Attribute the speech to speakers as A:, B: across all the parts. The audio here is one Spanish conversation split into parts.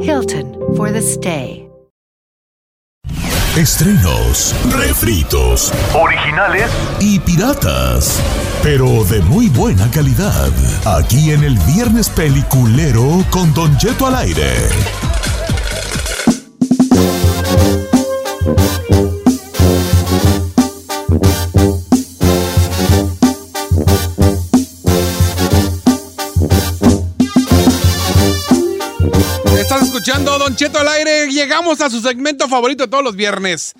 A: Hilton for the stay.
B: Estrenos, refritos
C: originales
B: y piratas, pero de muy buena calidad. Aquí en el Viernes Peliculero con Don Jeto al aire.
D: Estás escuchando Don Cheto al aire. Llegamos a su segmento favorito de todos los viernes.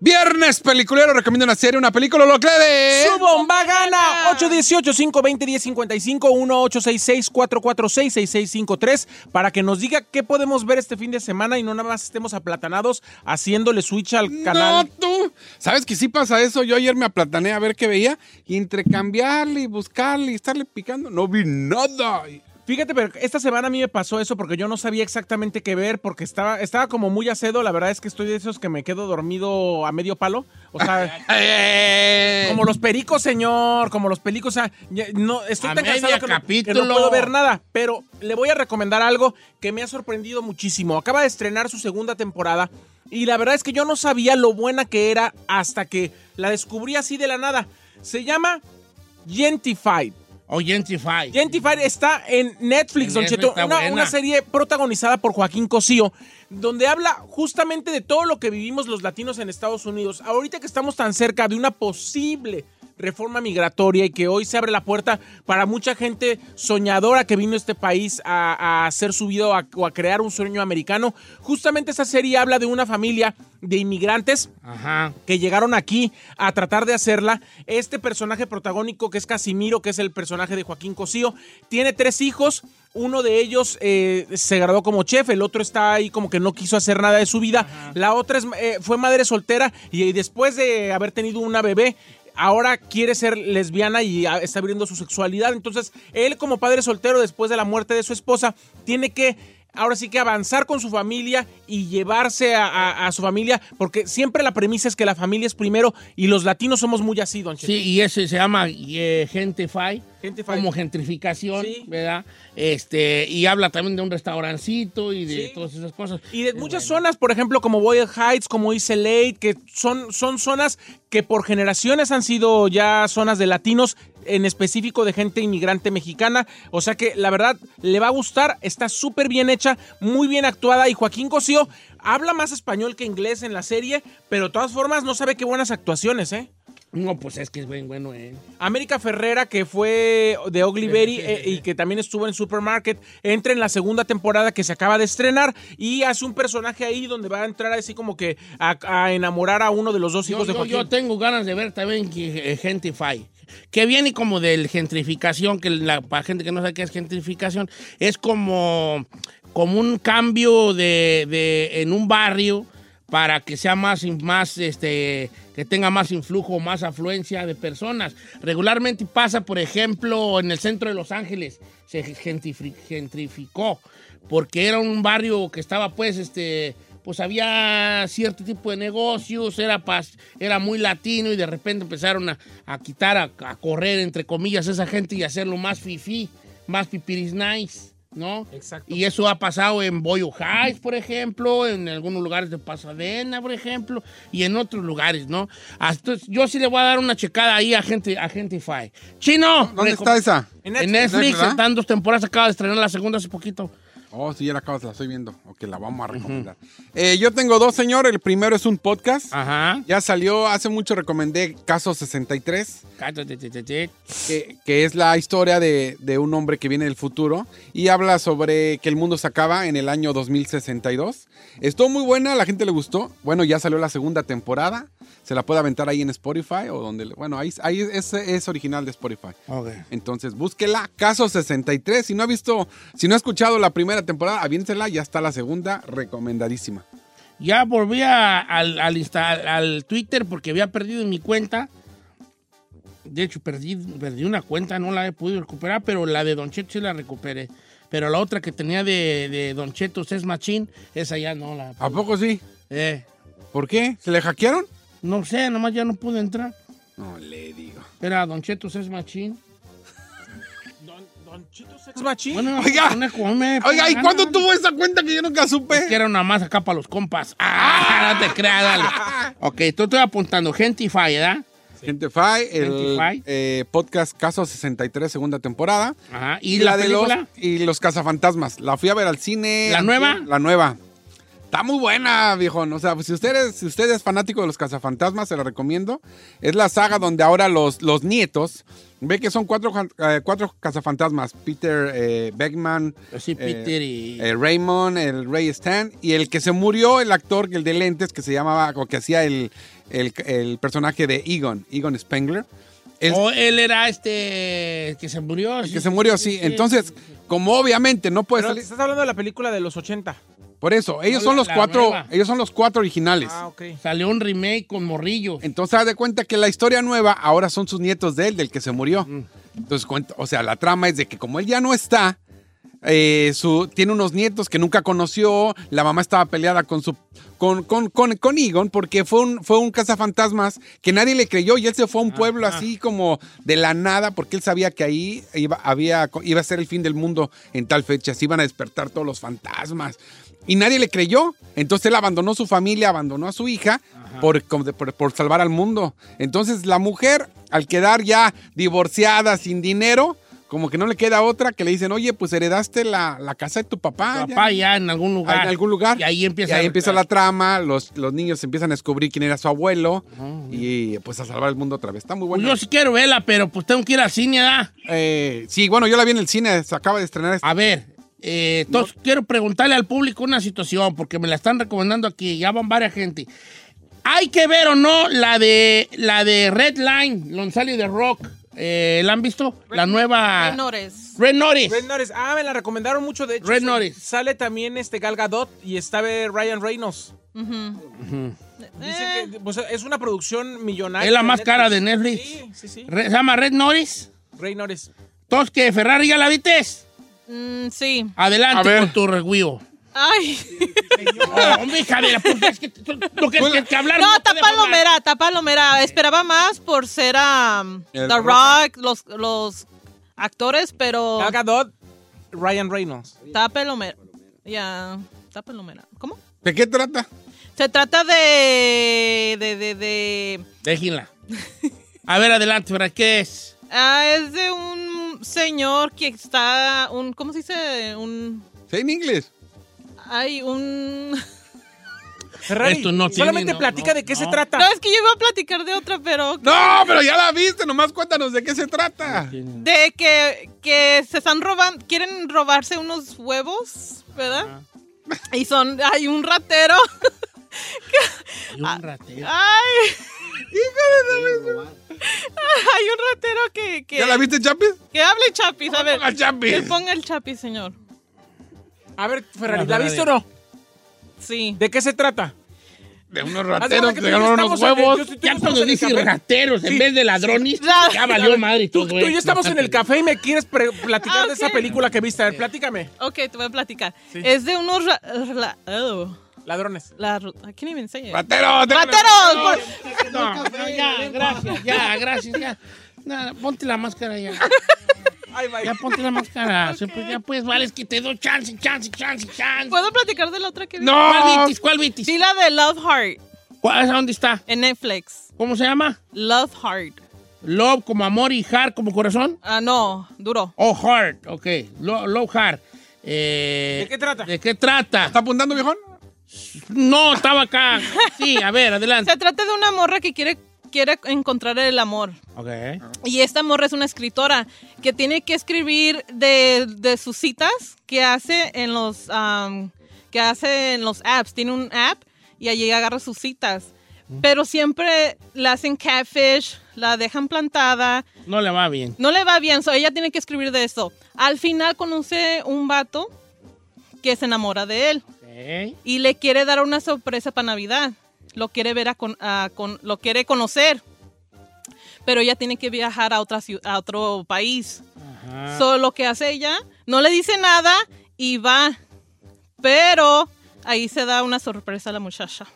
D: Viernes peliculero recomiendo una serie, una película, lo que de.
E: ¡Su bomba gana! 818-520-1055-1866-446-6653 para que nos diga qué podemos ver este fin de semana y no nada más estemos aplatanados haciéndole switch al
D: No,
E: canal.
D: tú. ¿Sabes que sí pasa eso? Yo ayer me aplatané a ver qué veía y entre cambiarle y buscarle y estarle picando, no vi nada.
E: Fíjate, pero esta semana a mí me pasó eso porque yo no sabía exactamente qué ver porque estaba, estaba como muy a cedo. La verdad es que estoy de esos que me quedo dormido a medio palo. O sea...
D: Eh,
E: Como los pericos, señor, como los pericos. O sea, ya- no, estoy
D: A
E: tan
D: media
E: cansado que no, que
D: capítulo.
E: no puedo ver nada. Pero le voy a recomendar algo que me ha sorprendido muchísimo. Acaba de estrenar su segunda temporada. Y la verdad es que yo no sabía lo buena que era hasta que la descubrí así de la nada. Se llama Gentified.
F: O Gentify.
E: Gentified está en Netflix,
F: En
E: Don
F: Netflix
E: Cheto.
F: está
E: Una,
F: buena.
E: una serie protagonizada por Joaquín Cosío, donde habla justamente de todo lo que vivimos los latinos en Estados Unidos. Ahorita que estamos tan cerca de una posible reforma migratoria y que hoy se abre la puerta para mucha gente soñadora que vino a este país a, a hacer su vida o a- o a crear un sueño americano. Justamente esa serie habla de una familia de inmigrantes
F: Ajá.
E: que llegaron aquí a tratar de hacerla. Este personaje protagónico, que es Casimiro, que es el personaje de Joaquín Cosío, tiene tres hijos. Uno de ellos eh, se graduó como chef, el otro está ahí como que no quiso hacer nada de su vida. La otra es, eh, fue madre soltera y, y después de haber tenido una bebé, ahora quiere ser lesbiana y ah, está abriendo su sexualidad. Entonces, él como padre soltero, después de la muerte de su esposa, tiene que ahora sí que avanzar con su familia y llevarse a, a- a su familia, porque siempre la premisa es que la familia es primero y los latinos somos muy así, don Cheto.
F: Sí, y ese se llama eh, Gentify.
E: Gentify.
F: Como gentrificación,
E: Sí.
F: ¿verdad? Este, y habla también de un restaurancito y de
E: Sí.
F: todas esas cosas.
E: Y de
F: Es
E: muchas
F: bueno.
E: zonas, por ejemplo, como Boyle Heights, como East Lake, que son, son zonas que por generaciones han sido ya zonas de latinos, en específico de gente inmigrante mexicana. O sea que la verdad le va a gustar, está súper bien hecha, muy bien actuada. Y Joaquín Cosío habla más español que inglés en la serie, pero de todas formas no sabe qué buenas actuaciones, ¿eh?
F: No, pues es que es bien bueno, ¿eh?
E: América Ferrera, que fue de Ogilvy eh, y que también estuvo en Supermarket, entra en la segunda temporada que se acaba de estrenar y hace un personaje ahí donde va a entrar así como que a, a enamorar a uno de los dos
F: Yo,
E: hijos de
F: yo-
E: Joaquín.
F: yo tengo ganas de ver también que, eh, Gentify, que viene como del gentrificación, que la, para gente que no sabe qué es gentrificación, es como, como un cambio de, de- en un barrio para que sea más, in- más este, que tenga más influjo, más afluencia de personas. Regularmente pasa, por ejemplo, en el centro de Los Ángeles, se gentrifi- gentrificó, porque era un barrio que estaba pues, este, pues había cierto tipo de negocios, era, pas- era muy latino y de repente empezaron a, a quitar, a, a correr, entre comillas, esa gente y hacerlo más fifí, más pipiris nice, ¿no?
E: Exacto.
F: Y eso ha pasado en Boyle Heights, por ejemplo, en algunos lugares de Pasadena, por ejemplo, y en otros lugares, ¿no? Hasta- yo sí le voy a dar una checada ahí a gente, a Gentify. ¡Chino!
D: ¿Dónde
F: recom-
D: está esa?
F: En Netflix,
D: ¿verdad?
F: están dos temporadas, acaba de estrenar la segunda hace poquito.
D: Oh, sí, ya la acabas, la estoy viendo. Ok, la vamos a recomendar. Eh, yo tengo dos, señor. El primero es un podcast.
F: Ajá.
D: Ya salió, hace mucho recomendé Caso 63,
F: Cátate, te, te, te.
D: que, que es la historia de, de un hombre que viene del futuro y habla sobre que el mundo se acaba en el año 2062. Estuvo muy buena, a la gente le gustó. Bueno, ya salió la segunda temporada. Se la puede aventar ahí en Spotify o donde... le- Bueno, ahí, ahí es, es original de Spotify.
F: Ok.
D: Entonces, búsquela, Caso 63. Si no ha visto, si no ha escuchado la primera temporada, aviéntela, ya está la segunda, recomendadísima.
F: Ya volví a- al, al, Insta- al Twitter porque había perdido mi cuenta. De hecho, perdí, perdí una cuenta, no la he podido recuperar, pero la de Don Cheto sí la recuperé. Pero la otra que tenía de, de Don Cheto, es Machín, esa ya no la...
D: ¿A poco sí?
F: Eh,
D: ¿Por qué? ¿Se le hackearon?
F: no sé, nomás ya no pude entrar.
D: No le digo.
F: Era Don Cheto es Machín.
E: Don, don Chito Sex Machín.
F: Bueno,
D: Oiga,
F: una- una-
D: Oiga, ¿y
F: una-
D: cuándo tuvo esa cuenta que yo nunca supe?
F: Es que era una más acá para los compas. ¡Ah! No te creas, dale. Ok, tú estoy apuntando Gentify, ¿verdad?
D: Gentify,
F: Gentify.
D: el eh, podcast Caso 63, segunda temporada.
F: Ajá. ¿Y, la,
D: de los
F: película?
D: y los cazafantasmas. La fui a ver al cine.
F: ¿La nueva?
D: La nueva. Está muy buena, viejón. O sea, si ustedes, si usted es fanático de los cazafantasmas, se la recomiendo. Es la saga donde ahora los, los nietos ve que son cuatro, jan- eh, cuatro cazafantasmas. Peter eh, Beckman.
F: Pues Sí, Peter y-
D: eh, Raymond, el Ray Stan. Y el que se murió, el actor, el de lentes, que se llamaba, o que hacía el, el- el personaje de Egon, Egon Spengler. Él-
F: O él era este que se murió.
D: el que se murió, sí. Entonces, como obviamente no puede
E: Pero
D: salir.
E: Pues, estás hablando de la película de los 80.
D: Por eso, ellos
F: No,
D: son
F: la-
D: los
F: la
D: cuatro,
F: nueva.
D: ellos son los cuatro originales.
E: Ah, ok.
F: Salió un remake con morrillo.
D: Entonces haz de cuenta que la historia nueva ahora son sus nietos de él, del que se murió. Entonces, cuenta- o sea, la trama es de que como él ya no está, eh, su, tiene unos nietos que nunca conoció, la mamá estaba peleada con su con, con, con, con Egon porque fue un, fue un cazafantasmas que nadie le creyó y él se fue a un pueblo así como de la nada porque él sabía que ahí iba, había, iba a ser el fin del mundo en tal fecha, se iban a despertar todos los fantasmas. Y nadie le creyó. Entonces él abandonó su familia, abandonó a su hija por, como de- por- por salvar al mundo. Entonces la mujer, al quedar ya divorciada, sin dinero, como que no le queda otra que le dicen, oye, pues heredaste la, la casa de tu papá. Ah, ya
F: Ah, Papá ya en algún lugar.
D: en algún lugar.
F: Y ahí empieza.
D: Y ahí empieza la trama, los, los niños empiezan a descubrir quién era su abuelo y pues a salvar el mundo otra vez. Está muy
F: Pues
D: bueno.
F: yo sí quiero verla, pero pues tengo que ir al cine, ¿verdad?
D: Eh, sí, bueno, yo la vi en el cine, se acaba de estrenar. esta-
F: A ver, eh, entonces quiero preguntarle al público una situación, porque me la están recomendando aquí, ya van varias gente. ¿Hay que ver o no la de la de Red Line, Lonzali de Rock? Eh, ¿La han visto? la nueva.
C: Menores.
F: Red Notice.
E: Red Notice. Ah, me la recomendaron mucho, de hecho.
F: Red
E: Sí,
F: Notice.
E: Sale también este Gal Gadot y está eh, Ryan Reynolds.
C: Eh,
E: Dicen que pues, es una producción millonaria.
F: Es la
E: de
F: más cara de Netflix.
E: Sí, sí, sí.
F: Re- se llama Red Notice.
E: Ray Notice.
F: Entonces, que Ferrari ya la viste.
C: mm, sí.
D: A
F: Adelante
D: ver.
F: con tu regüío.
C: Ay.
F: Oh, hombre, hija de la puta, es que tú- tú crees
D: Pues,
F: que, que hablar.
C: No,
F: te
C: está
F: dejo hablar.
C: palomera, está palomera. Esperaba más por ser um,
D: El
C: The Rock, los, los actores, pero
E: Gal Gadot, Ryan Reynolds.
C: está palomera. Ya, está palomera. ¿Cómo?
D: ¿De qué trata?
C: Se trata de... de, de, de
F: Déjenla. A ver, adelante, Ferrari, ¿qué es?
C: ah, es de un señor que está... un ¿Cómo se dice? Un...
D: Sí, en inglés.
C: Hay un...
E: Ferrari,
F: Esto no tiene,
E: solamente
F: no,
E: platica
F: no,
E: de qué se
F: no.
E: trata.
C: No, es que yo iba a platicar de otra, pero...
D: No, pero ya la viste, nomás cuéntanos de qué se trata.
C: De que, que se están robando, quieren robarse unos huevos, ¿verdad? Y son, hay un ratero.
F: Hay un ratero.
C: Ay, hay un ratero que, que,
D: ¿Ya la viste, Chapis?
C: que hable chapis, a ver.
D: Ponga Chapis.
C: Que ponga el chapis, señor.
E: A ver, Ferrari,
F: No,
E: ¿la
F: Ferrari.
E: viste o no?
C: Sí.
E: ¿De qué se trata?
D: De unos
E: Haz de
D: rateros
E: cuenta
D: que
E: que tú
D: se
E: y yo
D: ganaron unos
E: estamos en el-
D: huevos.
E: yo estoy- tú y yo
F: Ya
E: estamos
F: cuando
E: en el
F: dices
E: café.
F: rateros en
E: Sí.
F: vez de ladrones,
C: La-
F: ya valió madre
E: Tú,
F: todo
E: tú y yo
F: eso.
E: estamos en el café y me quieres pre- platicar de esa
C: Ok.
E: película que viste. A ver, platícame.
C: Ok, te voy a platicar. Es de unos... ra- la- oh,
E: Ladrones.
C: la- I can't even say it.
D: ¡Rateros! de-
C: ¡Rateros! por-
F: No, no, ya, gracias, ya, gracias, ya. Nada, ponte la máscara ya.
E: Ay, bye.
F: Ya ponte la máscara. Sí, pues, ya pues, vale, es que te doy chance, chance, chance, chance.
C: ¿Puedo platicar de la otra que vi?
F: ¿Cuál
D: ¡No!
F: vitis? ¿Cuál vitis?
C: Sí, la de Love Heart
F: ¿Cuál, esa ¿Dónde está?
C: en Netflix.
F: ¿Cómo se llama?
C: Love Heart.
F: Love como amor y heart como corazón.
C: Ah, no, duro.
F: Oh, heart, ok. Lo- Love, heart. eh,
E: ¿De qué trata?
F: ¿De qué trata?
D: Ah, ¿Está apuntando, viejón?
F: No, estaba acá. Sí, a ver, adelante.
C: Se trata de una morra que quiere, quiere encontrar el amor.
F: Ok.
C: Y esta morra es una escritora que tiene que escribir de, de sus citas que hace en los am, que hace en los apps. Tiene un app y allí agarra sus citas. Pero siempre la hacen catfish, la dejan plantada,
F: No le va bien.
C: no le va bien, so ella tiene que escribir de eso. Al final conoce un vato que se enamora de él
F: Ok.
C: y le quiere dar una sorpresa para Navidad. Lo quiere ver a con, a con- lo quiere conocer. Pero ella tiene que viajar a otra ciu- a otro país. Solo lo que hace ella, no le dice nada y va. Pero ahí se da una sorpresa a la muchacha.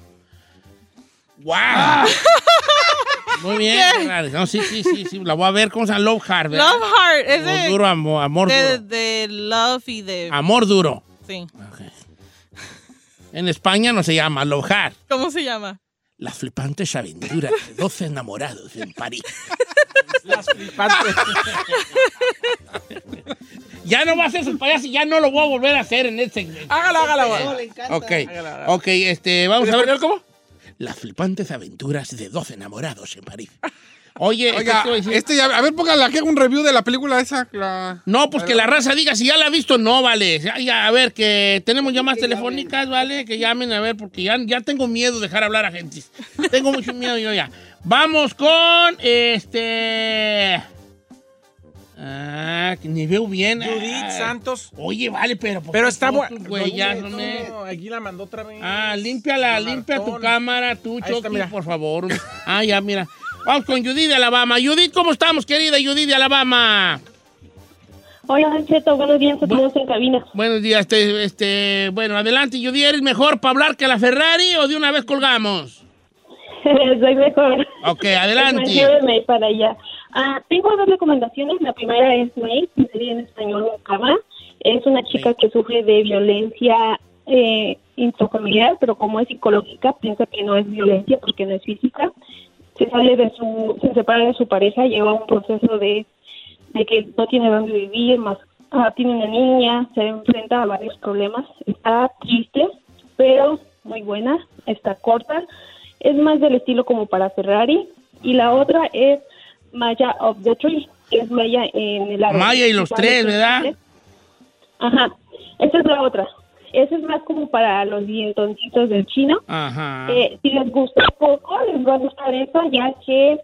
F: ¡Wow! Muy bien, Ferrari. No, sí, sí, sí, sí. La voy a ver con San Love Hard, ¿verdad?
C: Love Heart es
F: Amor
C: de,
F: duro, amor, amor
C: de-
F: duro. Ah.
C: de love y de
F: Amor duro.
C: sí.
F: En España no se llama Love Hard.
C: ¿Cómo se llama?
F: Las flipantes aventuras de 12 enamorados en París.
E: Las flipantes.
F: Ya no va a hacer sus payasos, ya no lo voy a volver a hacer en este segmento.
E: hágala, hágala, güey.
F: Ok, ok, este, vamos
E: ¿En
F: a ver.
E: español cómo?
F: Las flipantes aventuras de 12 enamorados en París. Oye, ¿qué
D: Oiga,
F: te voy a decir?
D: este ya, a ver, póngala que haga un review de la película esa. la-
F: No, pues que la raza diga si ya la ha visto, no, vale. Ya- ya, a ver, que tenemos llamadas telefónicas, ¿vale? Que llamen, a ver, porque ya, ya tengo miedo de dejar hablar a gente. tengo mucho miedo yo ya. Vamos con este. Ah, que ni veo bien.
E: Judith
F: Ah.
E: Santos.
F: Oye, vale, pero. ¿por
E: Pero
F: qué
E: está
F: fotos,
E: bueno.
F: güey? ya, eh. no me-
E: Aquí la mandó otra vez.
F: Ah, límpiala, limpia tu
E: Martón.
F: cámara, tú,
E: está,
F: Chucky,
E: mira.
F: por favor. Ah, ya, mira. Vamos con Judith de Alabama. Judith, ¿cómo estamos, querida Judith de Alabama?
G: Hola, Don Cheto, buenos días a todos en cabina.
F: Buenos días, este, este, bueno, adelante, Judy, ¿eres mejor para hablar que la Ferrari o de una vez colgamos?
G: Soy mejor.
F: Ok, adelante.
G: Imagínense para allá. Ah, tengo dos recomendaciones. La primera es May, serie en español Cámara. Es una chica que sufre de violencia eh, intrafamiliar, pero como es psicológica, piensa que no es violencia porque no es física. Se sale de su, se separa de su pareja, lleva un proceso de, de que no tiene dónde vivir, más ah, tiene una niña, se enfrenta a varios problemas. Está triste, pero muy buena, está corta. Es más del estilo como para Ferrari. Y la otra es Maya of the Tree, que es Maya en el árbol.
F: Maya y los
G: Igual es
F: tres, ¿verdad?
G: Ajá. Esa es la otra. Esa es más como para los dientoncitos del chino.
F: Ajá.
G: Eh, si les gusta un poco, les va a gustar eso, ya que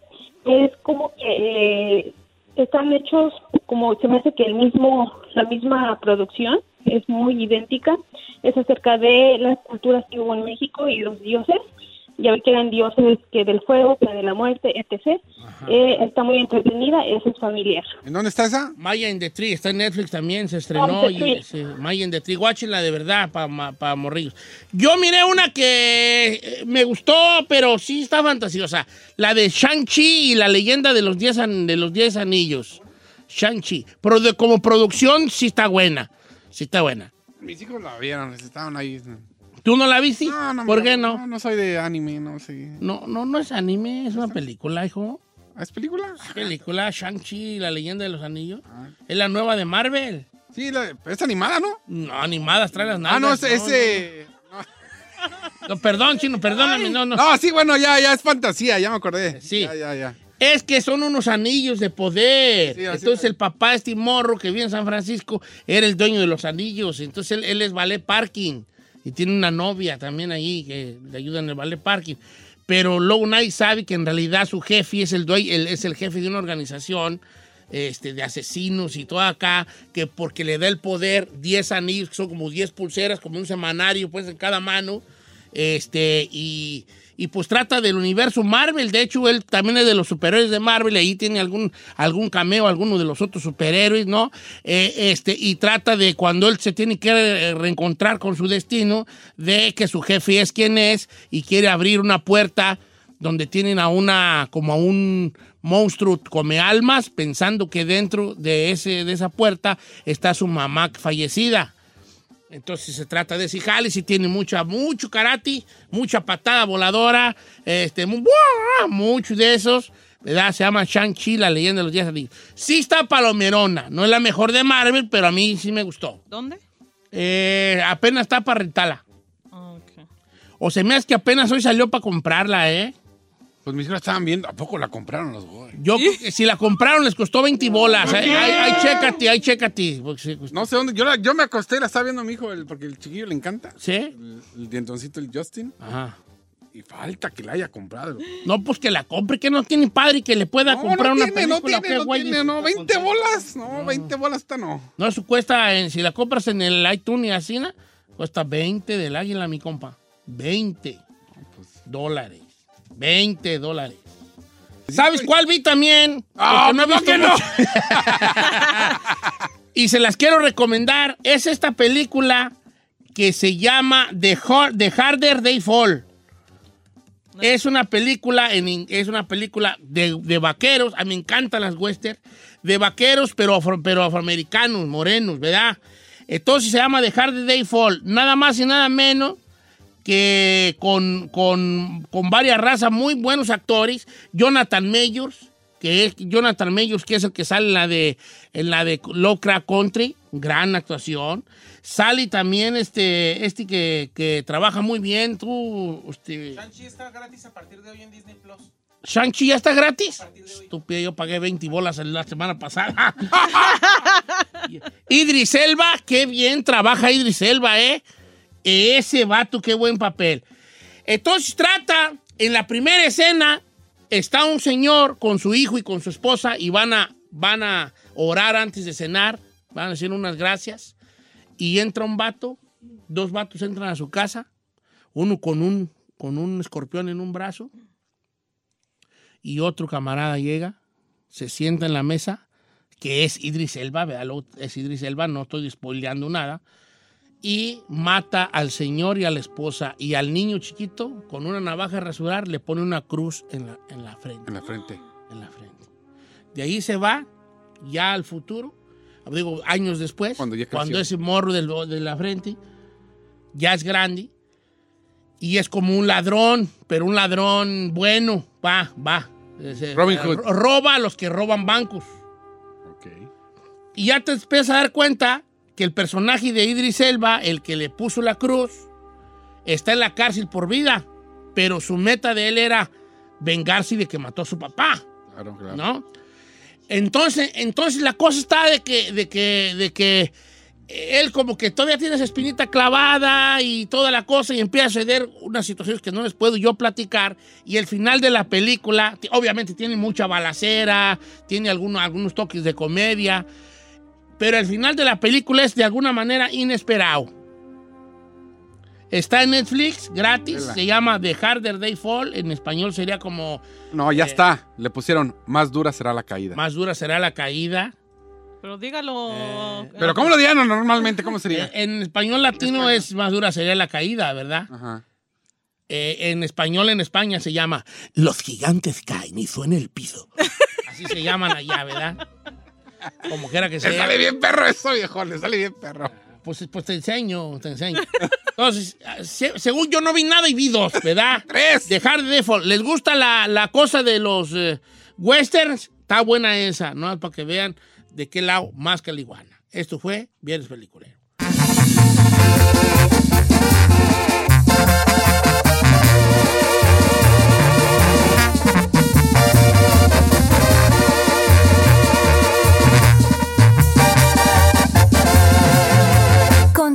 G: es como que eh, están hechos, como se me hace que el mismo, la misma producción es muy idéntica. Es acerca de las culturas que hubo en México y los dioses. Ya ve que eran dioses que del fuego, que de la muerte, etc. Eh, está muy entretenida, esa es familiar.
D: ¿En dónde está esa?
F: Maya in the Tree, está en Netflix también, se estrenó.
G: Ah, the
F: Y,
G: Tree.
F: sí, Maya in the Tree, guáchenla de verdad para morrillos. Yo miré una que eh, me gustó, pero sí está fantasiosa. La de Shang-Chi y la leyenda de los 10 an- de los diez anillos. Shang-Chi. Pero de- como producción sí está buena. Sí está buena.
D: Mis hijos la vieron, estaban ahí.
F: ¿Tú no la viste? ¿Por qué no?
D: No, soy de anime, no sé.
F: No, no, no es anime, es una película, hijo.
D: ¿Es película?
F: Película Shang-Chi, la leyenda de los anillos. Es la nueva de Marvel.
D: Sí, la- es animada, ¿no?
F: No, animadas, trae las nalgas.
D: ah, no, es ese.
F: no, no. No, perdón, chino, perdóname, no, no.
D: No, sí, bueno, ya, ya es fantasía, ya me acordé.
F: Sí.
D: Ya, ya, ya.
F: Es que son unos anillos de poder.
D: Sí, así
F: entonces
D: fue.
F: el papá de este morro que vive en San Francisco era el dueño de los anillos. Entonces él, él es ballet parking. Y tiene una novia también ahí que le ayuda en el ballet parking. Pero luego nadie sabe que en realidad su jefe es el dueño, él es el jefe de una organización este, de asesinos y todo acá, que porque le da el poder 10 anillos, que son como 10 pulseras, como un semanario pues en cada mano. Este, y, y, pues trata del universo Marvel. De hecho, él también es de los superhéroes de Marvel. Ahí tiene algún, algún cameo, alguno de los otros superhéroes, ¿no? Eh, este, y trata de cuando él se tiene que eh, reencontrar con su destino, de que su jefe es quien es y quiere abrir una puerta donde tienen a una, como a un monstruo come almas, pensando que dentro de, ese, de esa puerta está su mamá fallecida. Entonces se trata de ese jale, si tiene mucha, mucho karate, mucha patada voladora, este, mu- ¡buah! mucho de esos, ¿verdad? Se llama Shang-Chi, la leyenda de los días anillos. Sí está palomerona, no es la mejor de Marvel, pero a mí sí me gustó.
C: ¿Dónde?
F: eh, apenas está para rentarla.
C: Ok.
F: O se me hace que apenas hoy salió para comprarla, ¿eh?
D: Pues mis hijos estaban viendo, ¿a poco la compraron los güeyes?
F: Yo, si la compraron, les costó 20 bolas. Ahí, ahí, ahí chécate, ahí chécate. Porque sí, pues,
D: No sé dónde, yo, la- yo me acosté, la estaba viendo mi hijo, el- porque el chiquillo le encanta.
F: ¿Sí?
D: El, el dientoncito, el Justin.
F: Ajá.
D: Y falta que la haya comprado.
F: No, pues que la compre, que no tiene padre que le pueda comprar una película.
D: no tiene,
F: ¿qué,
D: no
F: güey?
D: tiene, no. 20 bolas, no, 20 bolas esta no.
F: No, eso cuesta, en- si la compras en el iTunes y así, ¿no? cuesta 20 del águila, mi compa. 20 dólares. 20 dólares. ¿Sabes cuál vi también?
D: Ah,
F: Porque he
D: ¿cómo
F: visto
D: que no?
F: mucho. y se las quiero recomendar. Es esta película que se llama The, Har- The Harder They Fall. Es una película en in- es una película de, de vaqueros, a mí me encantan las westerns, de vaqueros pero, afro- pero afroamericanos, morenos, ¿verdad? Entonces se llama The Harder They Fall, nada más y nada menos que con, con, con varias razas, muy buenos actores. Jonathan Mayors, que es Jonathan Mayors, que es el que sale en la de, en la de Lovecraft Country, gran actuación. Sale también este, este que, que trabaja muy bien, tú, este,
E: Sanchi está gratis a partir de hoy en Disney Plus.
F: Shang-Chi ya está gratis. Estúpido, yo pagué 20 bolas en la semana pasada. Idris Elba, qué bien trabaja Idris Elba, ¿eh? Ese vato, qué buen papel. Entonces trata, en la primera escena, está un señor con su hijo y con su esposa y van a, van a orar antes de cenar, van a decir unas gracias, y entra un vato, dos vatos entran a su casa, uno con un, con un escorpión en un brazo y otro camarada llega, se sienta en la mesa, que es Idris Elba, ¿verdad? Luego es Idris Elba, no estoy spoileando nada, y mata al señor y a la esposa y al niño chiquito con una navaja a rasurar, le pone una cruz en la, en la frente
D: En la frente.
F: en la frente. De ahí se va ya al futuro, digo, años después,
D: Cuando ya creció.
F: ese morro del- de la frente ya es grande y es como un ladrón, pero un ladrón bueno, va, va. Ese-
D: Robin Hood.
F: ro- Roba a los que roban bancos.
D: Ok.
F: Y ya te empiezas a dar cuenta que el personaje de Idris Elba, el que le puso la cruz, está en la cárcel por vida, pero su meta de él era vengarse de que mató a su papá.
D: Claro, claro.
F: ¿no? Entonces, entonces la cosa está de que, de que, de que él como que todavía tiene esa espinita clavada y toda la cosa y empieza a suceder unas situaciones que no les puedo yo platicar y el final de la película t- obviamente tiene mucha balacera, tiene algunos, algunos toques de comedia, pero el final de la película es de alguna manera inesperado. Está en Netflix, gratis,
D: Vela.
F: se llama The Harder Day Fall, en español sería como
D: No, ya está. Le pusieron, más dura será la caída.
F: Eh. Más dura será la caída.
C: Pero dígalo.
F: Eh,
D: Pero ¿cómo lo dirían normalmente? ¿Cómo sería?
F: Eh, En español latino es más dura sería la caída, ¿verdad?
D: Ajá.
F: Eh, en español en España se llama Los gigantes caen y suena el piso. Así se llaman allá, ¿verdad? Como quiera que
D: Le sale
F: sea.
D: bien perro eso, viejo. Le sale bien perro.
F: Pues, pues te enseño, te enseño. Entonces, se- según yo no vi nada y vi dos, ¿verdad?
D: Tres.
F: Dejar de default. ¿Les gusta la, la cosa de los eh, westerns? Está buena esa, ¿no? Para que vean de qué lado más que la iguana. Esto fue Viernes Peliculero.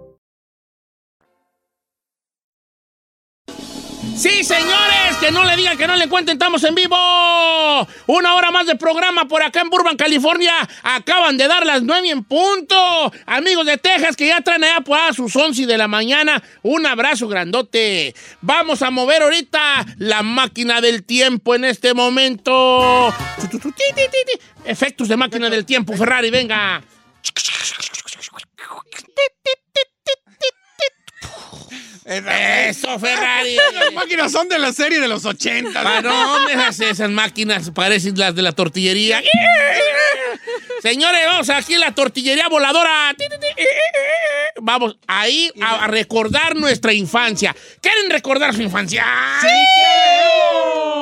F: Sí, señores, que no le digan que no le cuenten, estamos en vivo. Una hora más de programa por acá en Burbank, California. Acaban de dar las nueve en punto. Amigos de Texas que ya traen allá pues, a sus 11 de la mañana. Un abrazo grandote. Vamos a mover ahorita la máquina del tiempo en este momento. Efectos de máquina del tiempo, Ferrari, venga. Eso, Ferrari.
D: Las máquinas son de la serie de los 80.
F: Ah, no, me hagas esas máquinas, parecen las de la tortillería. Señores, vamos aquí a la tortillería voladora. eh, Vamos ahí a, a recordar nuestra infancia. ¿Quieren recordar su infancia? ¡Sí!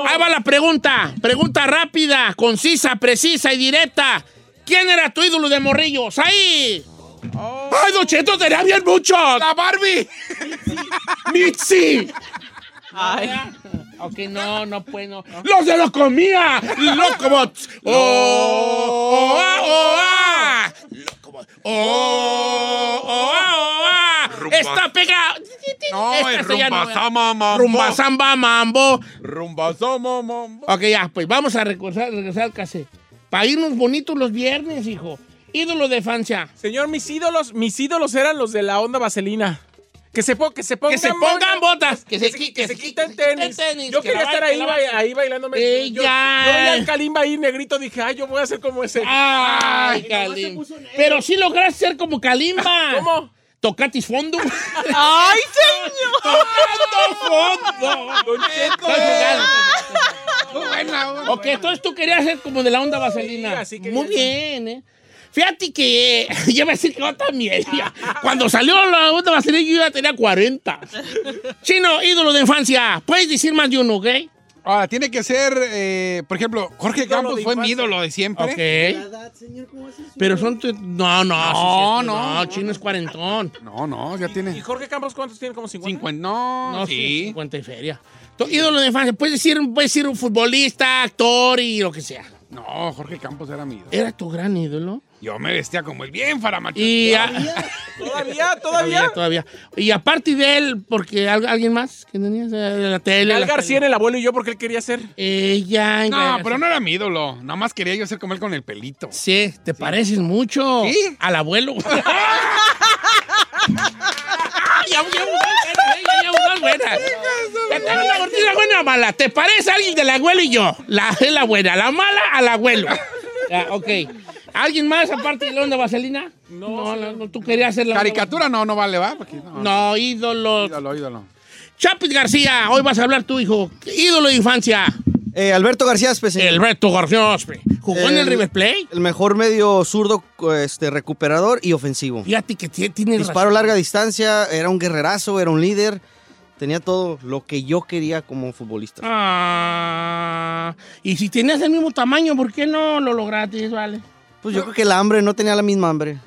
F: Ahí va la pregunta. Pregunta rápida, concisa, precisa y directa. ¿Quién era tu ídolo de morrillos? ¡Ahí! ¡Ay, Don Cheto, tenía bien mucho!
D: ¡La Barbie!
F: ¡Mitzi!
C: Ay,
F: Ok, no, no puedo. ¡Los de lo comía! ¡Locobots! ¡Oh! ¡Oh! ah, ¡Oh! ah! ¡Locobots! ¡Oh! ¡Oh! ah, ¡Oh! ah! ¡Está pegado!
D: No, es
F: esta ya no,
D: rumba sama mambo.
F: Rumba samba mambo.
D: Rumba sama mambo.
F: Ok, ya, pues vamos a regresar, regresar al cassette. Para irnos bonitos los viernes, hijo. Ídolo de infancia.
E: Señor, mis ídolos, mis ídolos eran los de la onda vaselina. Que se, po- que se pongan,
F: Que se pongan botas. Que se, qui-
E: que se
F: qui-
E: quiten tenis. Yo
F: que
E: quería
F: la
E: estar
F: baile,
E: ahí,
F: la
E: ba-
F: baile.
E: ahí bailándome.
F: Ella.
E: Yo, yo veía al Kalimba ahí negrito, dije, ay, yo voy a ser como ese.
F: Ah. Ay,
E: Y nomás se
F: Kalimba.
E: puso negro.
F: Pero sí lograste ser como Kalimba.
E: ¿Cómo? ¡Ah!
F: Tocatis fondo.
C: Ay, señor.
F: Tocando fondo.
E: Don Cheto.
F: Estoy jugando.
D: Buena, buena.
F: Ok, entonces tú querías ser como de la onda vaselina.
E: Sí, así que-
F: Muy bien, ¿eh? Fíjate que yo me decir que yo también. ya. Cuando salió la onda vaselina yo ya tenía 40. Chino, ídolo de infancia. Puedes decir más de uno, ¿ok?
D: Ahora, tiene que ser, eh, por ejemplo, Jorge
E: Ídolo
D: Campos
E: de
D: fue mi
E: infancia.
D: ídolo de siempre.
F: Ok. Pero son... tu- No, no.
D: No,
F: sí, sí,
D: no.
F: No, Chino es cuarentón.
D: No, no, ya
E: ¿Y
D: tiene.
E: Jorge Campos cuántos tiene? ¿Como 50?
D: 50. No,
F: No, sí.
D: sí.
F: 50 y feria. Tu ídolo de infancia, puedes decir, puedes decir un futbolista, actor y lo que sea.
D: No, Jorge Campos era mi ídolo.
F: Era tu gran ídolo.
D: Yo me vestía como el bien faramacho.
F: Y a-
E: ¿Todavía?
F: todavía,
E: ¿Todavía?
F: todavía. Y aparte de él, porque al- alguien más que tenías eh, de la tele.
E: Al
F: la
E: García en
F: tele.
E: el abuelo y yo porque él quería ser.
F: Ella.
D: No, pero no era mi ídolo. Nada más quería yo ser como él con el pelito.
F: Sí, te pareces mucho
D: ¿Sí?
F: al abuelo. Ah, ya hubo dos buenas, ya hubo dos buenas. Ya tengo una cortina buena o mala. ¿Te parece a alguien del abuelo y yo? La es la buena, la mala al abuelo. Ya, ok. ¿Alguien más aparte de Onda Vaselina? No, no, no, tú querías hacer la onda
D: Caricatura no, no vale, ¿va? Porque no.
F: No, ídolo.
D: Ídolo, ídolo.
F: Chapis García, hoy vas a hablar tu hijo. Ídolo de infancia.
H: Eh, Alberto García Aspe, señor.
F: Alberto García Aspe. ¿Jugó en el River Plate?
H: El mejor medio zurdo este, recuperador y ofensivo.
F: Fíjate que tiene
H: Disparo
F: razón.
H: larga distancia, era un guerrerazo, era un líder. Tenía todo lo que yo quería como futbolista.
F: Ah, y si tenías el mismo tamaño, ¿por qué no lo lograste, vale?
H: Pues yo creo que la hambre, no tenía la misma hambre.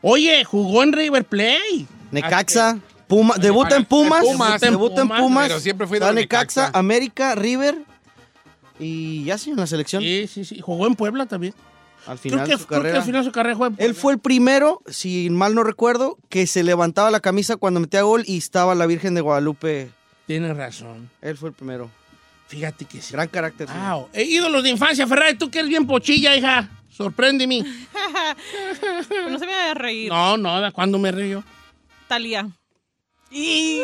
F: Oye, jugó en River Play.
H: Necaxa, Puma, debuta en Pumas,
D: Pumas.
H: debuta en
D: Pumas,
H: Pumas,
D: pero siempre fui
H: va a
D: de
H: Necaxa,
D: Necaxa.
H: América, River y ya sí en la selección.
F: Sí, sí, sí. Jugó en Puebla también.
H: Al
F: Creo
H: final
F: que,
H: de su
F: creo que
H: carrera.
F: al final su carrera fue en
H: Él fue el primero, si mal no recuerdo, que se levantaba la camisa cuando metía gol y estaba la Virgen de Guadalupe.
F: Tienes razón.
H: Él fue el primero.
F: Fíjate que sí.
H: Gran carácter. señor.
F: Wow. Eh, ídolos de infancia, Ferrari, tú que eres bien pochilla, hija. Sorpréndeme.
C: Pero no se me vaya a reír.
F: No, no, ¿de cuándo me río?
C: Talía. Y.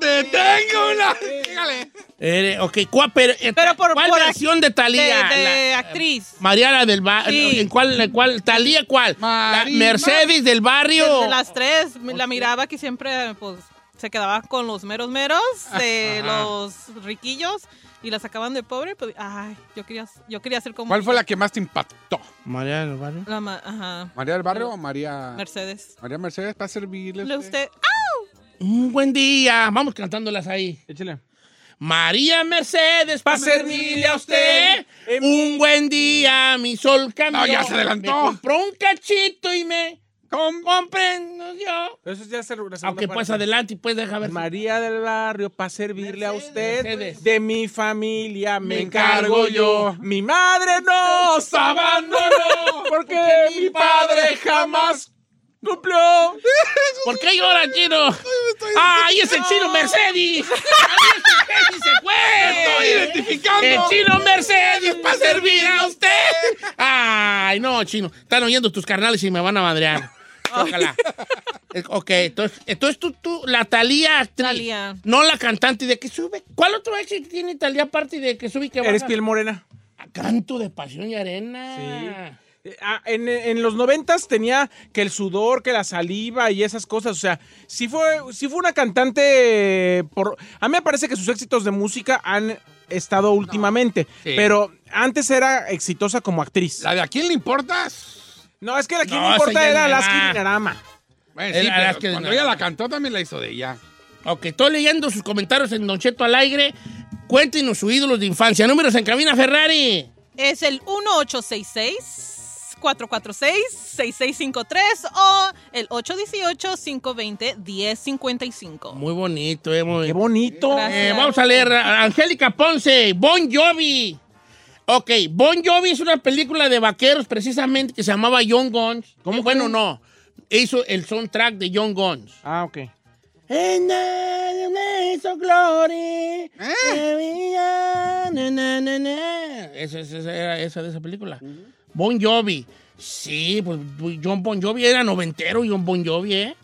F: ¡Te tengo una!
C: Dígale.
F: Eh, ok, ¿cuál, pero, eh, ¿cuál
C: por
F: versión de Talía?
C: De,
H: eh,
C: de actriz.
F: Mariana del Barrio.
C: Sí.
F: ¿En cuál? en cuál? ¿Talía cuál? La
D: Marina.
F: Mercedes del Barrio.
C: Desde las tres, la miraba que siempre pues, se quedaba con los meros meros, de los riquillos, y la sacaban de pobre. Pues, ay, yo quería, yo quería ser como.
D: ¿Cuál fue la que más te impactó?
F: Mariana del Barrio.
C: La ma- ajá,
D: ¿María del Barrio o María
C: Mercedes.
D: María Mercedes para servirle?
C: Le
D: a usted?
C: usted.
F: Un buen día. Vamos cantándolas ahí.
E: Échale.
F: María Mercedes, para servirle a usted. Un buen día, mi sol cambió.
D: No, ya se adelantó.
F: Me compró un cachito y me comprendo yo.
E: Eso ya es la segunda
F: Aunque pues
E: parte.
F: adelante y pues deja ver. si-
E: María del Barrio, para servirle a usted,
F: Mercedes.
E: de mi familia me
F: Me
E: encargo
F: encargo
E: yo.
F: yo.
E: Mi madre nos abandonó porque mi padre jamás cumplió.
F: ¿Por qué llora, chino? ¡Ay, es el chino Mercedes! ¡Ay, es el que se fue!
D: Estoy identificando.
F: ¡El chino Mercedes para servir a usted! ¡Ay, no, chino! Están oyendo tus carnales y me van a madrear. Ojalá. Eh, Ok, entonces, entonces tú, tú, la Talía actriz,
C: Thalía.
F: no la cantante de que sube. ¿Cuál otro éxito tiene Talía aparte de que sube y que baja? Ah,
E: Eres piel morena.
F: Canto de pasión y arena.
E: Eh, ah, En, en los noventas tenía que el sudor, que la saliva y esas cosas. O sea, sí fue, sí fue una cantante. eh, Por, a mí me parece que sus éxitos de música han estado últimamente.
F: Sí.
E: Pero antes era exitosa como actriz.
D: ¿La de a quién le importas?
E: No, es que la que
F: No,
E: me
F: esa
E: importa
F: ya
E: era
F: ni
E: Alaska
F: va.
E: Dinarama.
D: Bueno,
F: Era
D: sí, pero
F: las que-
D: cuando ella la cantó también la hizo de ella.
F: Ok, estoy leyendo sus comentarios en Don Cheto al aire. Cuéntenos sus ídolos de infancia. Números en cabina, Ferrari.
C: Es el 1866-446-6653 o el 818-520-1055.
F: Muy bonito, eh, muy
E: Qué bonito.
F: Eh, vamos a leer a- a Angélica Ponce, Bon Jovi. Ok, Bon Jovi es una película de vaqueros precisamente que se llamaba Young Guns. ¿Cómo? Bueno, no. Hizo el soundtrack de Young Guns.
E: Ah, ok.
F: And I am so
E: ¿Eh?
F: glory. Na, na, na, na. Esa, esa- esa era esa de esa película. Bon Jovi. Sí, pues John Bon Jovi era noventero, John Bon Jovi, ¿eh?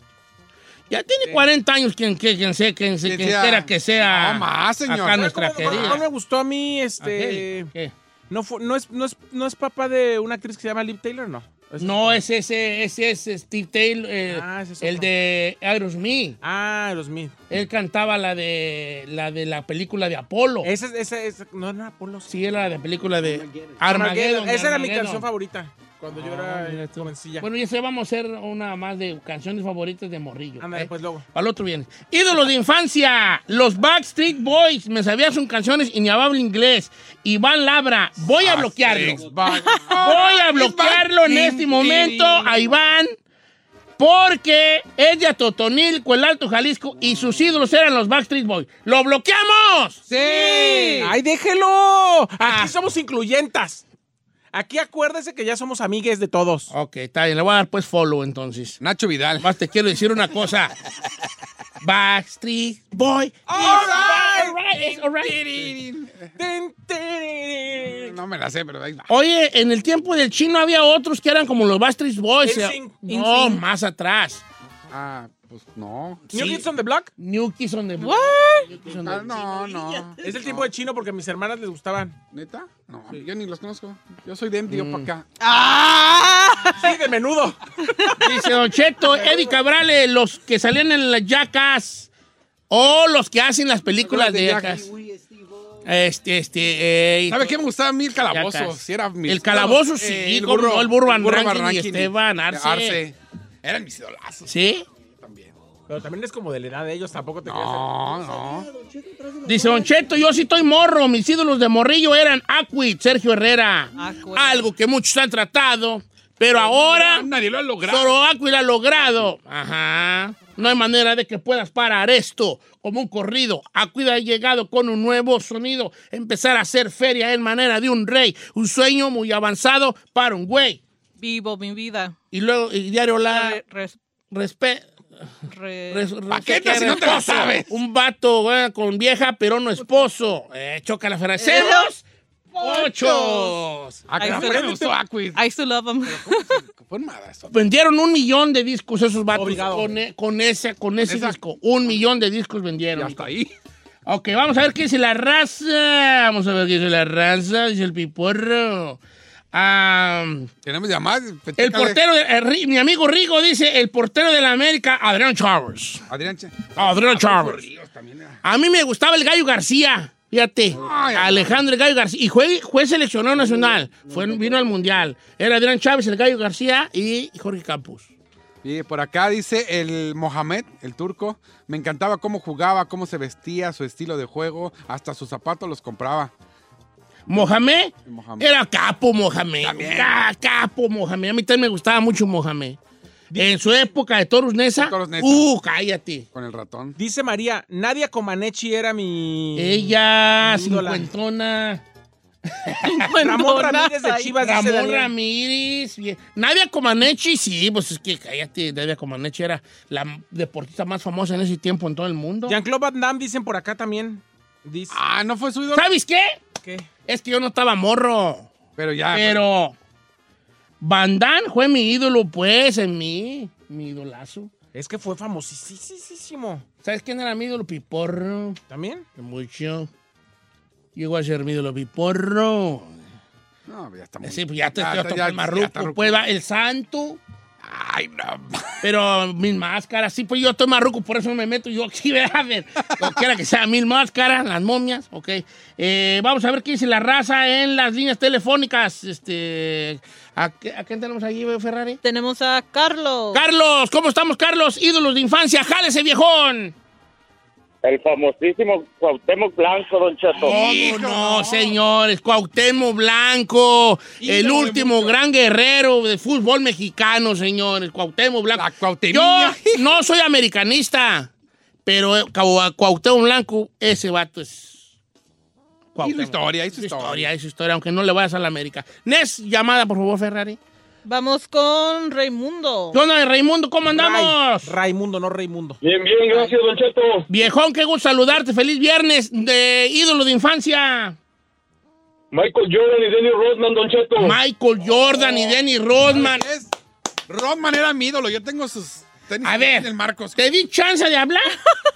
F: Ya tiene 40 años quien, quien, quien sea, quien, sea-
D: Que
F: quien
D: sea.
F: quiera que sea.
D: No más, señor.
F: Acá
D: ¿Sabe
F: nuestra
E: ¿Cómo no- no me
F: querida.
E: gustó a mí este.
F: Angélica, ¿qué?
E: No, fue- no, es, no, es, no es papá de una actriz que se llama Liv Taylor, Pues, no. Es-
F: No, es ese, ese es Steve Taylor, eh,
E: Ah, ese es
F: el
E: otro.
F: de Aerosmith.
E: Ah, los mil.
F: Él cantaba la de la de la película de Apolo.
E: Esa, esa, esa- no era Apolo. sí.
F: Sí, era la de película de Armageddon.
E: Armageddon. Esa era mi
F: Armageddon.
E: canción favorita cuando yo
F: Ah,
E: era
F: mira
E: eh,
F: tú.
E: jovencilla.
F: Bueno, ya se vamos a hacer una más de canciones favoritas de Morrillo.
E: Ándale,
F: ¿eh?
E: pues luego.
F: Al otro viene. Ídolos de infancia. Los Backstreet Boys. Me sabía sus canciones y ni hablaba inglés. Iván Labra. Voy a bloquearlo.
D: Six Bucks.
F: Voy a bloquearlo en este momento a Iván. Porque es de Atotonilco, el Alto Jalisco, y sus ídolos eran los Backstreet Boys. ¡Lo bloqueamos!
E: ¡Sí! ¡Ay, déjelo! Aquí
F: Ah.
E: somos incluyentas. Aquí acuérdese que ya somos amigues de todos.
F: Ok, está bien. Le voy a dar pues follow entonces.
D: Nacho Vidal.
F: Más te quiero decir una cosa. Backstreet Boy.
E: Alright.
F: Alright, alright.
E: Tin, tin.
D: No me la sé, pero ahí va.
F: Oye, en el tiempo del chino había otros que eran como los Backstreet Boys.
E: NSYNC.
F: No, más atrás.
D: Ah, pues pues no.
E: ¿New Kids on the Block?
F: New Kids on the
E: Block.
D: Ah, no, no.
E: Es el tipo de chino porque a mis hermanas les gustaban.
D: ¿Neta? No, yo ni los conozco. Yo soy de MDO
F: Mm.
D: para acá.
E: Sí, de menudo.
F: Dice Don Cheto, Eddie Cabrales, los que salían en las Jackass o los que hacen las películas de Jackass. Este, este. eh,
D: ¿Sabe qué me gustaba a mí el calabozo?
F: Jackass.
D: Si era mi-
F: El calabozo, sí,
D: Eh,
F: como no, el burro Van Rankin y
D: Rankin
F: Esteban Arce.
D: Eran mis idolazos.
F: ¿Sí?
E: Pero también es como de la edad de ellos, tampoco te creas.
D: No, no.
F: Dice Don Cheto, yo sí estoy morro. Mis ídolos de morrillo eran Aquit, Sergio Herrera.
C: Aquit.
F: Algo que muchos han tratado, pero ahora
D: Nadie lo ha logrado.
F: solo Aquit lo ha logrado. Ajá. No hay manera de que puedas parar esto como un corrido. Aquit ha llegado con un nuevo sonido. Empezar a hacer feria en manera de un rey. Un sueño muy avanzado para un güey.
C: Vivo mi vida.
F: Y luego, y diario la
C: Re- res-
F: respeto.
C: re-
F: Res- res-
D: Paqueta,
F: que
D: si no te la
F: esposo.
D: sabes.
F: Un vato güey, con vieja, pero no esposo. Eh, choca la frase. ¡Ceros! ¡Ochos!
D: Ah,
C: Ahí
D: caramba,
C: se-
D: me gustó Aquid.
C: I used to love him.
D: Fue un madrazo.
F: Vendieron un millón de discos esos vatos
E: Obligado.
F: con, e- con ese, con ese
D: Esa-
F: disco. Un millón de discos
D: Y
F: vendieron.
D: hasta ahí.
F: Ok, vamos a ver qué dice la raza. Vamos a ver qué dice la raza. Dice el piporro. Ah...
D: Tenemos llamadas.
F: El
D: Chécale.
F: portero, de, eh, Ri- mi amigo Rigo dice, el portero de la América, Adrián Chávez.
D: Adrián Che.
F: Adrián Chávez.
D: Ríos también eh. era.
F: A mí me gustaba el Gallo García. Fíjate,
D: Ay,
F: Alejandro el Gallo García. Y fue, fue seleccionado nacional. Fue, vino al Mundial. Era Adrián Chávez, el Gallo García y Jorge Campos.
D: Y por acá dice el Mohamed, el turco. Me encantaba cómo jugaba, cómo se vestía, su estilo de juego. Hasta sus zapatos los compraba.
F: Mohamed
D: Mohamed.
F: era capo Mohamed. Ca- capo Mohamed. A mí también me gustaba mucho Mohamed. En su época de Torus Nesa.
D: Toros Neza.
F: Uh, cállate.
D: Con el ratón.
E: Dice María, Nadia Comaneci era mi...
F: Ella,
E: Ídola.
F: cincuentona.
E: Ramón Ramírez de
C: Ay,
E: Chivas. dice
F: Ramón
E: Daniel.
F: Ramírez. bien. Nadia Comaneci, sí, pues es que cállate, Nadia Comaneci era la deportista más famosa en ese tiempo en todo el mundo.
E: Jean-Claude Van Damme dicen por acá también. Dice
D: Ah, no fue su ídolo.
F: ¿Sabes qué?
E: que...
F: Es que yo no estaba morro,
D: Pero ya. pues,
F: pero Van Damme fue mi ídolo, pues, en mí, mi idolazo.
E: Es que fue famosísimo.
F: ¿Sabes quién era mi ídolo? Piporro.
E: ¿También?
F: Mucho. Llegó a ser mi ídolo, Piporro.
D: No, ya está muy...
F: Sí, pues ya te estoy
D: ya-
F: hasta
D: Ah, ya-
F: el
D: ya
F: marruco,
D: está ruco.
F: pues, va, el santo.
D: Ay, no.
F: Pero mis máscaras, sí, pues yo estoy marruco, por eso me meto yo aquí, a ver. Lo que era que sea, mil máscaras, las momias, ok. Eh, vamos a ver qué dice la raza en las líneas telefónicas. Este, ¿A, qué- a quién tenemos ahí, Ferrari?
C: Tenemos a Carlos.
F: Carlos, ¿cómo estamos, Carlos? Ídolos de infancia, jálese, viejón.
I: El famosísimo Cuauhtémoc Blanco, Don Cheto.
F: ¿Cómo no, señores? Cuauhtémoc Blanco, el
D: Ídolo de
F: último
D: muchos.
F: gran guerrero de fútbol mexicano, señores. Cuauhtémoc Blanco.
D: La Cuauhtemilla.
F: Yo no soy americanista, pero eh, Cau- Cuauhtémoc Blanco, ese vato es...
D: Hizo historia, hizo
F: Hizo
D: historia.
F: historia, hizo historia, aunque no le vayas a la América. Nes, llamada, por favor, Ferrari.
C: Vamos con Raimundo.
F: ¿Qué onda, Raimundo? ¿Cómo andamos?
E: Ray- Raimundo, no Raimundo.
I: Bien, bien, gracias, Don Cheto.
F: Viejón, qué gusto saludarte. Feliz viernes de ídolo de infancia.
I: Michael Jordan y Denny Rodman, Don Cheto.
F: Michael Jordan y Denny Rodman.
D: Es... Rodman era mi ídolo. Yo tengo sus tenis
F: A ver.
D: del Marcos.
F: Te di chance de hablar.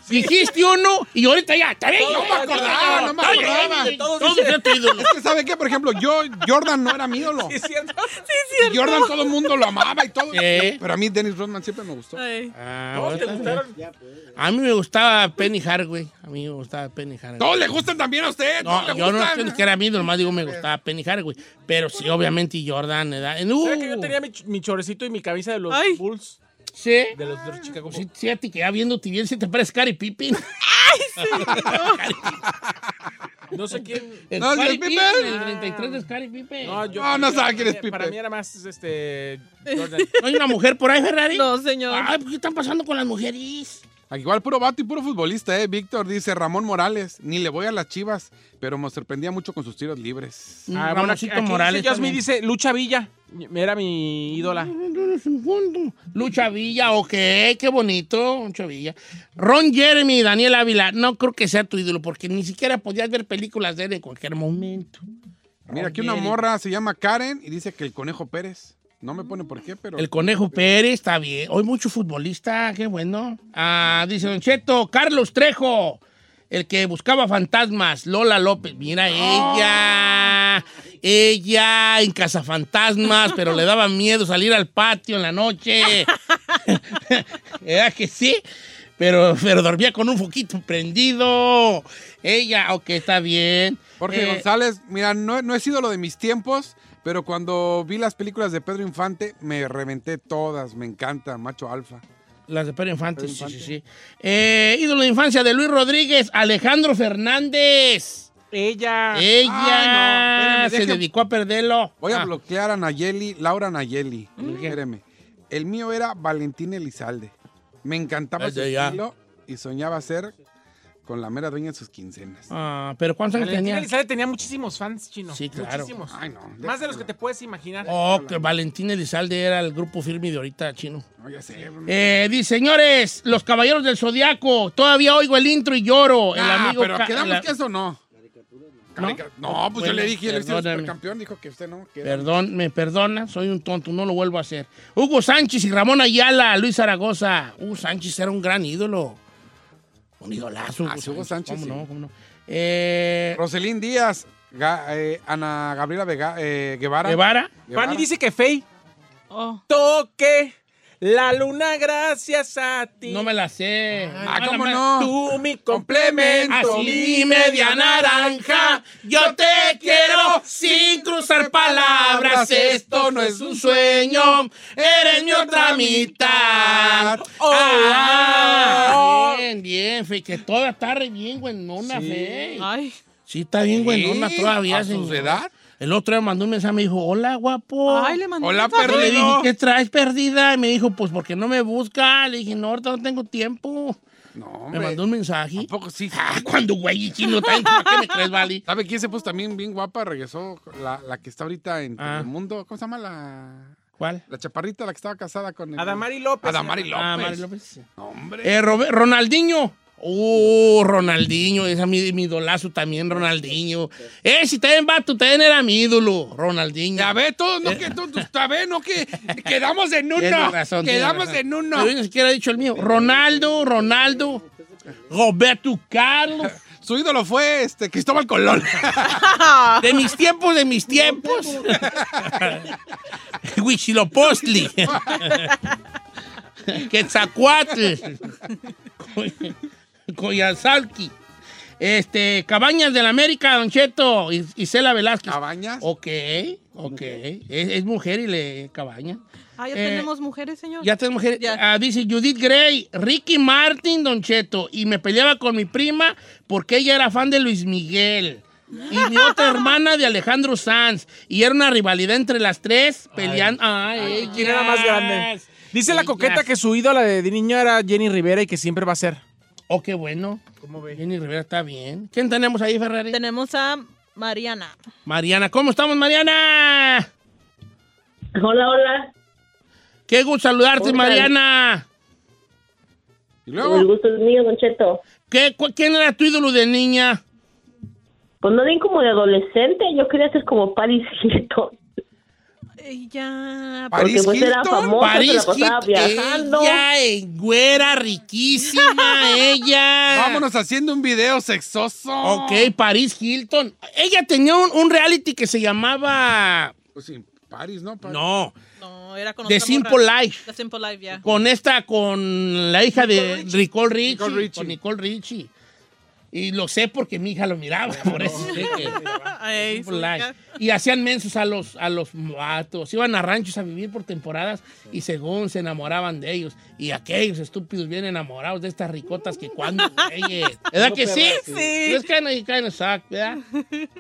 F: Dijiste uno y ahorita ya. Está bien.
D: No me acordaba, no me
F: Ay,
D: acordaba.
F: ay, ay, Todos eran tu ídolo.
D: Es que, ¿sabe qué? Por ejemplo, yo, Jordan no era mi ídolo.
E: ¿Es cierto?
D: Y Jordan todo el mundo lo amaba y todo.
F: Sí.
D: Pero a mí Dennis Rodman siempre me gustó.
C: Ay.
F: Ah,
E: ¿Todos te
F: ahorita-
E: gustaron?
F: A mí me gustaba Penny Hardway. A mí me gustaba Penny Hardway.
D: Todos le gustan también a usted. todos
F: No,
D: le
F: yo no
D: gustan.
F: creo que era mí, nomás digo me gustaba Penny Hardway. Pero sí, obviamente, Jordan. edad- en-
E: ¿Sabes que yo
F: uh,
E: tenía mi, ch- mi chorecito y mi camisa de los
C: Ay.
E: Bulls?
F: Sí.
E: De los, de los Chicago Bulls.
F: Pues Sí, sí, a ti que ya viéndote bien, si te parece Cari Pippin.
E: No sé quién...
F: El
D: No,
F: Scottie
D: es Pippen.
F: Pippen, El 33 es Cari Pippen. No,
E: yo-
D: No, no sabe quién es
E: Para
D: Pippen.
E: mí era más, este... Jordan.
F: hay una mujer por ahí, Ferrari?
C: No, señor.
F: Ay, ¿por ¿qué están pasando con las mujeres?
D: Aquí Ah, Igual puro vato y puro futbolista, ¿eh? Víctor dice Ramón Morales. Ni le voy a las chivas, pero me sorprendía mucho con sus tiros libres.
E: Ah, bueno, aquí,
F: Ramoncito
E: aquí
F: Morales.
E: dice, Yasmín
F: también.
E: dice Lucha Villa. Era mi ídola.
F: Lucha Villa, ok, qué bonito, Lucha Villa. Ron Jeremy, Daniel Ávila, no creo que sea tu ídolo, porque ni siquiera podías ver películas de él en cualquier momento.
D: Mira, aquí una
F: Jeremy.
D: morra se llama Karen y dice que el Conejo Pérez. No me pone por qué, pero.
F: El Conejo Pérez está bien. Hoy mucho futbolista, qué bueno. Ah, dice Don Cheto, Carlos Trejo, el que buscaba fantasmas, Lola López. Mira, ella, ella en cazafantasmas, pero le daba miedo salir al patio en la noche. Era que sí, pero, pero dormía con un foquito prendido. Ella, ok, está bien.
D: Jorge
F: Eh,
D: González, mira, no, no he sido lo de mis tiempos, pero cuando vi las películas de Pedro Infante, me reventé todas. Me encanta, macho alfa.
F: Las de Pedro Infante, sí, sí, sí. Eh, ídolo de infancia de Luis Rodríguez, Alejandro Fernández.
E: Ella.
F: Ella
D: Ay, Ah. no, espérame,
F: se
D: deje-
F: dedicó a perderlo.
D: Voy a
F: Ah,
D: bloquear a Nayeli, Laura Nayeli. Espéreme. El mío era Valentín Elizalde. Me encantaba su
F: Ese ya.
D: estilo y soñaba ser con la mera dueña de sus quincenas.
F: ah, pero ¿cuántos años
E: Valentín
F: tenía?
E: Elizalde tenía muchísimos fans chinos.
F: Sí, claro.
E: Muchísimos.
D: Ay, no,
E: Más de los que te puedes imaginar.
F: Oh, que Valentín Elizalde era el grupo firme de ahorita chino.
D: No, ya sé.
F: Eh, dice, señores, los caballeros del zodiaco. Todavía oigo el intro y lloro. El
D: Ah,
F: amigo
D: pero
F: Ca-
D: quedamos
F: la-
D: que eso no. Carica- No, pues yo
F: Bueno,
D: le dije, el
F: perdóname.
D: supercampeón dijo que usted no. que era-
F: Perdón, me perdona, soy un tonto, no lo vuelvo a hacer. Hugo Sánchez y Ramón Ayala, Luis Zaragoza. Hugo Sánchez era un gran ídolo. Un idolazo.
D: Ah, sí, Hugo Sánchez,
F: ¿Cómo
D: sí.
F: no? ¿Cómo no? Eh,
D: Roselín Díaz, Ga- eh, Ana Gabriela Vega, eh, Guevara.
F: Guevara.
E: Fanny dice que Fey.
C: Oh,
E: Toque la luna gracias a ti.
F: no me la sé.
E: Ay,
F: Ah,
D: ¿cómo
F: la-
D: no?
E: Tú mi complemento.
F: Así media naranja, yo te quiero sin cruzar palabras. Esto no es un sueño, eres mi otra mitad. Ah, bien, bien, fe, que toda está re bien, buenona, fe.
C: Ay.
F: Sí, está bien, buenona todavía.
D: ¿A su
F: señor.
D: edad?
F: El otro día mandó un mensaje, me dijo, hola, guapo.
C: Ay, le mandó
D: Hola,
C: un mensaje.
F: Yo le dije,
D: perdido.
F: ¿qué traes perdida? Y me dijo, pues porque no me busca. Le dije, no, ahorita no tengo tiempo.
D: No,
F: Me mandó un mensaje.
D: Poco sí.
F: Ah, cuando güey y chino tanto, ¿para qué me crees, Vali?
D: ¿Sabe quién se puso también bien guapa? Regresó la, la que está ahorita en
F: Ah.
D: el mundo. ¿Cómo se llama la,
F: ¿Cuál?
D: la chaparrita, la que estaba casada con el...
E: Adamari López. eh,
D: Adamari López.
F: Ah, Mari López.
D: No, hombre.
F: Eh, Robe- Ronaldinho. Uh, Ronaldinho, ese es mi, mi idolazo también, Ronaldinho. Eh, si te ven vato, te ven era mi ídolo, Ronaldinho.
D: Ya ve, todos, no que todos, ya ve, no que quedamos en uno.
F: Tienes razón, tienes
D: quedamos
F: razón.
D: en uno.
F: Pero yo ni siquiera he dicho el mío. Ronaldo, Ronaldo, Roberto Carlos.
D: Su ídolo fue este Cristóbal Colón.
F: De mis tiempos, de mis tiempos. Huichilopostli. Quetzacuatl. Co- Coyazalqui. Este, Cabañas del América, Don Cheto, Is- Isela Velázquez.
D: Cabañas.
F: Ok, ok. Es, es mujer y le cabaña.
C: Ah, ya
F: Eh,
C: tenemos mujeres, señor.
F: Ya tenemos mujer.
C: Ya.
F: Ah, dice Judith Gray, Ricky Martin, Don Cheto. Y me peleaba con mi prima porque ella era fan de Luis Miguel. Y mi otra hermana de Alejandro Sanz. Y era una rivalidad entre las tres peleando. Ay,
E: Ay, ¿Quién era más grande?
F: ellas.
E: Dice la
F: Ellas.
E: coqueta que su ídola de, de niño era Jenny Rivera y que siempre va a ser.
F: Oh, qué bueno.
E: ¿Cómo ve?
F: Jenny Rivera está bien. ¿Quién tenemos ahí, Ferrari?
C: Tenemos a Mariana.
F: Mariana. ¿Cómo estamos, Mariana?
G: Hola, hola.
F: Qué gusto saludarte,
G: Hola.
F: Mariana.
D: Y
G: El
D: luego,
G: gusto es mío, Don Cheto.
F: ¿Qué, cu- ¿Quién era tu ídolo de niña?
G: Pues no bien como de adolescente, yo quería ser como Paris Hilton.
C: Ella.
D: Paris
G: porque pues era
D: Hilton.
G: famosa, se la
F: París
G: pasaba viajando.
F: Ella, eh, güera, riquísima, ella.
D: Vámonos haciendo un video sexoso.
F: Ok, París Hilton. Ella tenía un, un reality que se llamaba.
D: Pues sí, Paris, ¿no? Paris.
F: No,
C: No, era con
F: The
C: otra morra.
F: Simple Life.
C: The Simple Life, ya.
F: Con esta, con la hija de Nicole Richie.
D: Nicole Richie.
F: Con Nicole Richie. Y lo sé porque mi hija lo miraba, por eso sé que-
C: Ay,
F: Simple
C: su
F: Life.
C: hija.
F: Y hacían mensos a los, a los vatos. Iban a ranchos a vivir por temporadas y según se enamoraban de ellos. Y aquellos estúpidos bien enamorados de estas ricotas que cuando güeyes. ¿Verdad que sí? Pues
C: Sí.
F: Es kind of- kind of suck, ¿verdad?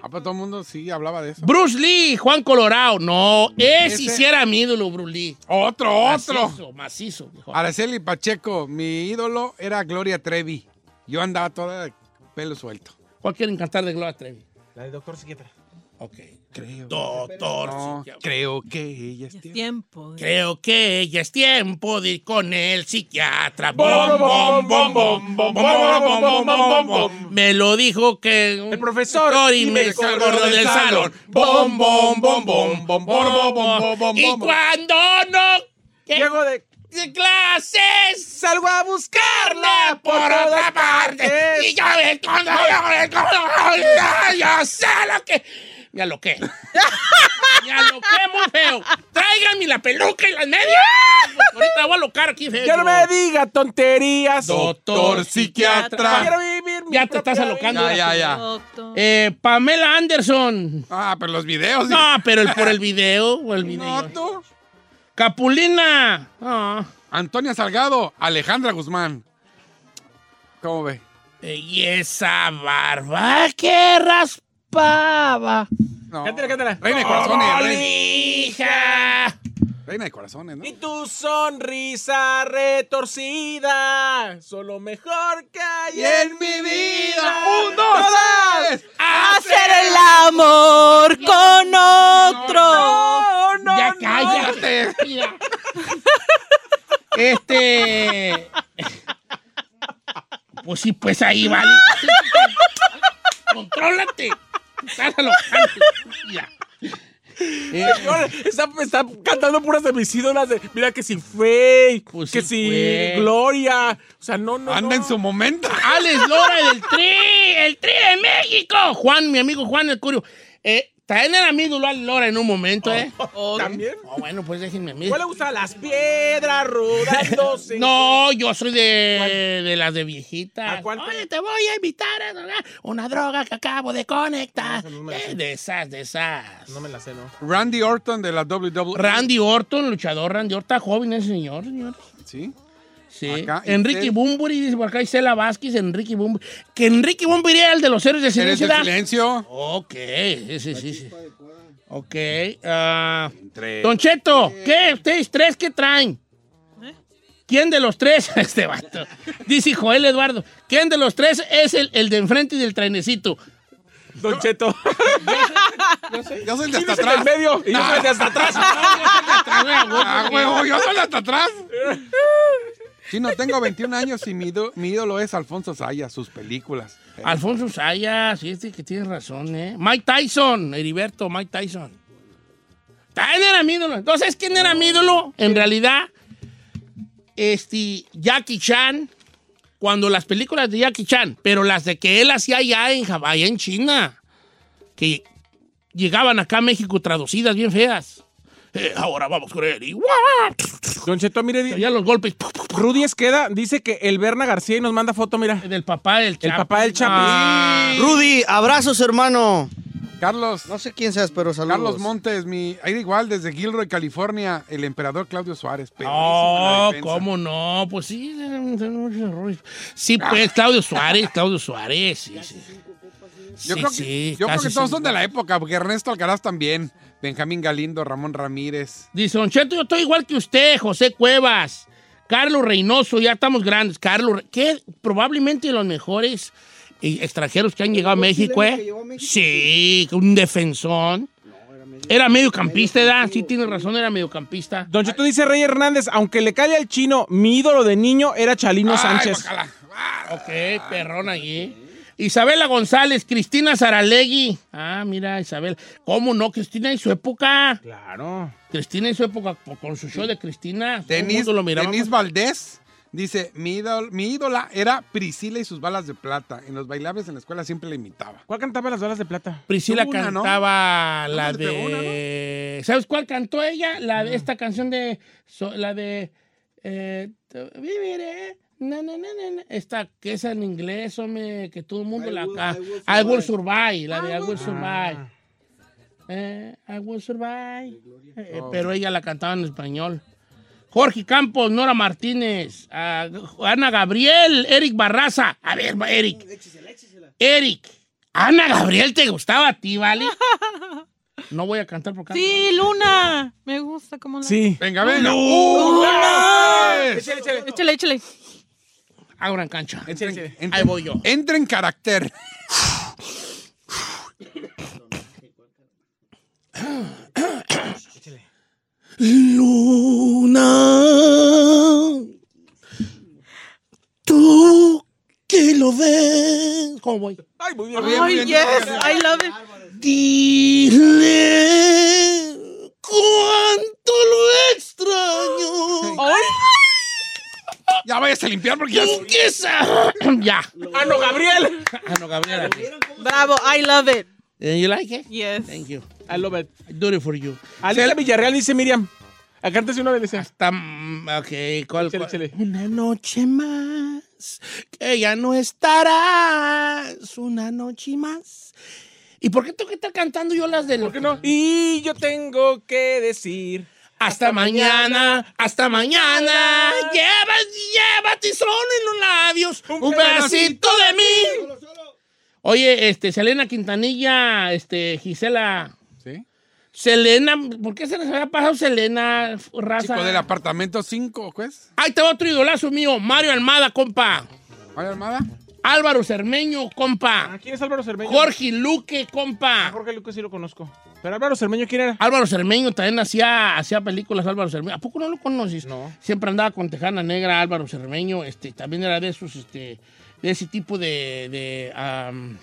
D: Ah, pues todo el mundo sí hablaba de eso.
F: Bruce Lee, Juan Colorado. No, ese,
D: Ese-
F: hiciera mi ídolo, Bruce Lee.
D: Otro, otro.
F: Macizo, macizo. hijo.
D: Araceli Pacheco, mi ídolo era Gloria Trevi. Yo andaba toda de pelo suelto.
F: ¿Cuál quieren cantar de Gloria Trevi?
E: La de Doctor Psiquiatra.
F: Ok.
D: Creo.
F: Doctor.
D: No, creo que ella es tiempo.
C: Tiempo.
F: Creo que ya es tiempo de ir con el psiquiatra.
D: Bom,
F: Bom, bom, bom, bom, bom, bom, bom, bom, bom. Me lo dijo que el profesor y me corrió del salón. Bom, bom, bom, bom, bom, bom, bom, bom, bom. Y cuando no llego de clases, salgo a buscarla por otra parte. Y yo me escondo, yo me escondo, yo sé lo que me aloqué. me aloqué muy feo. Tráiganme la peluca y las medias. Porque Ahorita voy a alocar aquí feo.
E: Ya no me diga tonterías.
D: Doctor psiquiatra.
E: Quiero vivir mi
F: Ya te
E: propia
F: estás alocando.
D: Ya, ya, ya.
C: Doctor.
F: Eh, Pamela Anderson.
D: Ah, pero los videos.
F: No, pero el, por el video. o el video.
D: No, tú.
F: Capulina. Ah.
D: Antonia Salgado, Alejandra Guzmán. ¿Cómo ve?
F: Eh, y esa barba que raspaba.
D: No.
E: Cántala, cántala.
D: Reina de corazones, reina,
F: Hija.
D: reina de corazones, ¿no?
E: Y tu sonrisa retorcida, solo mejor que hay en mi vida.
D: ¡Un, dos, tres!
C: Hacer el amor con otro.
E: No, no,
F: ya
E: no.
F: cállate. este. Pues sí, pues ahí vale. Contrólate. Estás alojando, estúpida.
E: Señor,
F: Eh,
E: Está, está cantando puras de mis ídolas de, mira que si fue,
F: Pues
E: que
F: sí
E: si
F: fue.
E: Gloria, o sea, no, no.
D: Anda
E: no.
D: en su momento.
F: Alex Lora del Tri, el Tri de México. Juan, mi amigo Juan el Curio. Eh, traen a mi ídolo Alex Lora en un momento, ¿eh?
E: ¿También?
F: Oh, bueno, pues déjenme a mí.
E: ¿Cuál le gusta? Las piedras rodándose.
F: No, yo soy de, de las de viejitas.
E: ¿A cuál te-
F: Oye, te voy a invitar a una, una droga que acabo de conectar.
E: No, eso no me lo
F: Eh,
E: sé.
F: de esas, de esas.
E: No me la sé, ¿no?
D: Randy Orton de la E. WWE.
F: Randy Orton, luchador Randy Orton, está joven ese señor, señor.
D: Sí.
F: Sí.
D: Acá, y
F: Enrique
D: Tel-
F: Bumburi, dice por acá Isela Vázquez, Enrique Bumburi. Que Enrique Bumburi era el de los héroes de
D: Eres
F: silencio.
D: el
F: ¿verdad?
D: silencio.
F: Ok, sí, sí, sí. sí. Ok. ah,
D: Entre-
F: Don Cheto, ¿qué? ¿Ustedes tres qué traen? ¿Quién de los tres? Este vato. Dice Joel Eduardo. ¿Quién de los tres es el, el de enfrente y del trainecito?
E: Don Cheto.
D: Yo soy el de
E: ¿Quién
D: hasta
E: es el del
D: atrás.
E: medio? Y yo soy el de hasta atrás.
D: Ah, huevo, yo soy el de hasta atrás. Chino, tengo 21 años y mi, ído- mi ídolo es Alfonso Sayas, sus películas. Eh,
F: Alfonso Sayas, sí, este que tiene razón, ¿eh? Mike Tyson, Heriberto, Mike Tyson. ¿Quién era mi ídolo? Entonces, ¿quién era mi ídolo? En realidad, este, Jackie Chan, cuando las películas de Jackie Chan, pero las de que él hacía allá en Hawái, en China, que llegaban acá a México traducidas bien feas. Eh, ahora vamos con él. Y ¡guau!
E: Don Cheto, mire, di-
F: Oía los golpes
E: Rudy Esqueda dice que el Berna García y nos manda foto, mira.
F: del papá del
E: El
F: Chapo.
E: papá del Chapo.
F: Ah.
H: Rudy, abrazos, hermano.
D: Carlos,
H: No sé quién seas, pero saludos.
D: Carlos Montes, mi aire igual desde Gilroy, California, el emperador Claudio Suárez.
F: No,
D: perrísimo en la defensa.
F: ¿cómo no? Pues sí, tenemos muchos errores. Sí,
D: Ah.
F: pues, Claudio Suárez, Claudio Suárez, sí, sí.
D: Yo creo que, yo creo que todos son de la época, porque Ernesto Alcaraz también, Benjamín Galindo, Ramón Ramírez.
F: Dice, Don Cheto, yo estoy igual que usted, José Cuevas, Carlos Reynoso, ya estamos grandes. Carlos, Re- que probablemente de los mejores eh, extranjeros que han llegado a México,
H: chileno
F: ¿eh?
H: que llegó a México,
F: Sí, un defensón. Era mediocampista, ¿verdad? Sí, tiene razón, era mediocampista.
E: Don Cheto dice Rey Hernández, aunque le calle al chino, mi ídolo de niño era Chalino Sánchez.
D: Ay, guacala. Ah,
F: Ok, perrón allí. Isabela González, Cristina Saralegui. Ah, mira, Isabel. ¿Cómo no? Cristina en su época.
E: Claro.
F: Cristina en su época, po- con su show de Cristina. todo el
D: Denis,
F: mundo lo miraba.
D: Denis Valdés dice: mi, ídol- mi ídola era Priscila y sus balas de plata. En los bailables en la escuela siempre la imitaba.
E: ¿Cuál cantaba las balas de plata?
F: Priscila
D: Tuvo una, ¿no?
F: cantaba la
D: Antes le pegó
F: de... ¿Sabes cuál cantó ella? La de esta canción de... so- la de... eh, te- viviré. Na, na, na, na, na. Esta que es en inglés, hombre, que todo el mundo la canta. I Will Survive, Ah, la de I Will Survive. Eh, I Will Survive. Eh, pero ella la cantaba en español. Jorge Campos, Nora Martínez, ah, Ana Gabriel, Eric Barraza. A ver, Eric. Eric, Ana Gabriel te gustaba a ti, ¿vale? No voy a cantar porque...
C: Sí, Luna. Me gusta cómo la.
E: Sí.
D: Venga, venga.
E: Échale, échale.
C: Échale, échale.
F: Abran cancha.
E: Échale, échale.
F: Ahí voy yo.
D: Entra en carácter.
E: Échale.
F: Luna, tú que lo ves. ¿Cómo voy?
E: Ay, muy bien, muy bien, muy
C: Ay,
E: bien.
C: yes, I love it.
F: Dile cuánto lo extraño.
D: Ya vayas a limpiar porque ya.
F: Tú que sa- ya.
E: ¡Ah, no, Gabriel!
F: Ah, no, Gabriela.
C: Bravo, I love it.
F: Eh, You like it?
C: Yes.
F: Thank you.
E: I love it.
F: I do it for you.
E: Alicia Villarreal dice Miriam. Acá antes una de Alicia.
F: Tam- mm, ok, ¿cuál,
E: Chele,
F: cuál?
E: chele.
F: Una noche más que ya no estarás. Una noche más. ¿Y por qué tengo que estar cantando yo las de
E: ¿Por qué no? Y yo tengo que decir.
F: Hasta mañana, hasta mañana. Lleva, llévate solo en los labios un, pedacito de mí. Oye, este, Selena Quintanilla, este, Gisela.
D: ¿Sí?
F: Selena, ¿por qué se les había pasado Selena, raza?
D: Chico del apartamento 5, pues.
F: Ahí te va otro idolazo mío, Mario Almada, compa.
D: Oye, Armada.
F: Álvaro Cermeño,
E: ¿A
F: compa.
E: Ah, quién es Álvaro Cermeño?
F: Jorge Luque,
E: Ah,
F: compa.
E: Jorge Lucas sí lo conozco. Pero Álvaro Cermeño, ¿quién era?
F: Álvaro Cermeño también hacía, hacía películas, Álvaro Cermeño. ¿A poco no lo conoces?
E: No.
F: Siempre andaba con Tejana Negra, Álvaro Cermeño, este, también era de esos, este, de ese tipo de, de, am,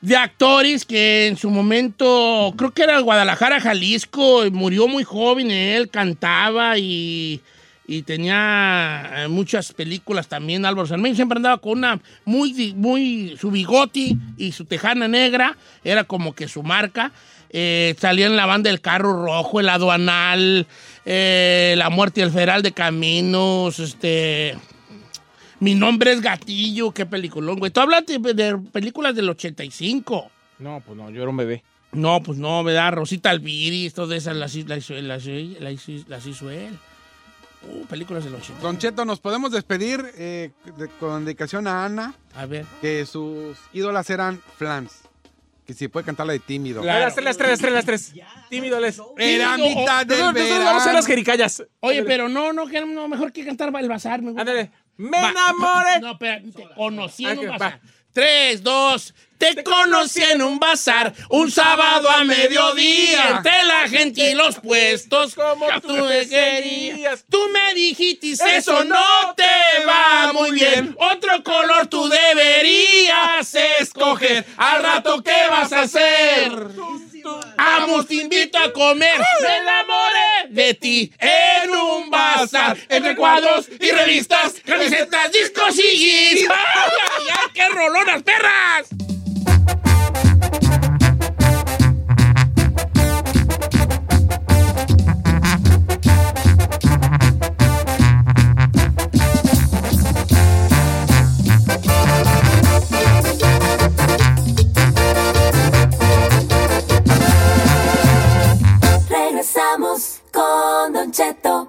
F: de actores que en su momento, creo que era Guadalajara, Jalisco, y murió muy joven él, cantaba y, y tenía eh, muchas películas también, Álvaro Cermeño, siempre andaba con una, muy, di- muy, su bigoti y su Tejana Negra, era como que su marca, eh, salía en la banda El Carro Rojo, El Aduanal, eh, La Muerte y el Federal de Caminos, este... Mi nombre es Gatillo, qué peliculón, güey. Tú hablas de, de películas del 85.
E: No, pues no, yo era un bebé.
F: No, pues no, ¿verdad? Rosita Alviris, todas esas las, hizo- las, hizo- las, hizo- las hizo- las hizo él. Uh, películas del 85.
D: Don Cheto, nos podemos despedir eh, de- con dedicación a Ana,
F: A ver.
D: que sus ídolas eran Flans. Que si puede cantar la de tímido.
F: Claro.
E: Las tres, las tres, las tres, las tres. Tímidoles.
D: Era
F: Tímido,
D: mitad
F: o-
D: del
E: Nosotros, nosotros vamos a hacer
D: verano.
E: las jericayas.
F: Oye, pero no, no, que no, mejor que cantar el bazar. Me gusta.
E: Ándale. ¡Me
F: Va-
E: enamoré!
F: No, espérate, conocí en
E: Ah, que
F: un
E: va.
F: bazar. Tres, dos. Te conocí en un bazar, un sábado a mediodía, entre la gente y los puestos,
E: Como tú me querías.
F: Tú me dijiste, eso no te va muy bien. Otro color tú deberías escoger. Al rato, ¿qué vas a hacer? Amos, te invito a comer. Me enamoré de ti en un bazar. Entre cuadros y revistas, camisetas, discos y gis. ¡Ay, ay, ay! qué rolonas, perras!
J: Regresamos con Don Cheto.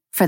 J: for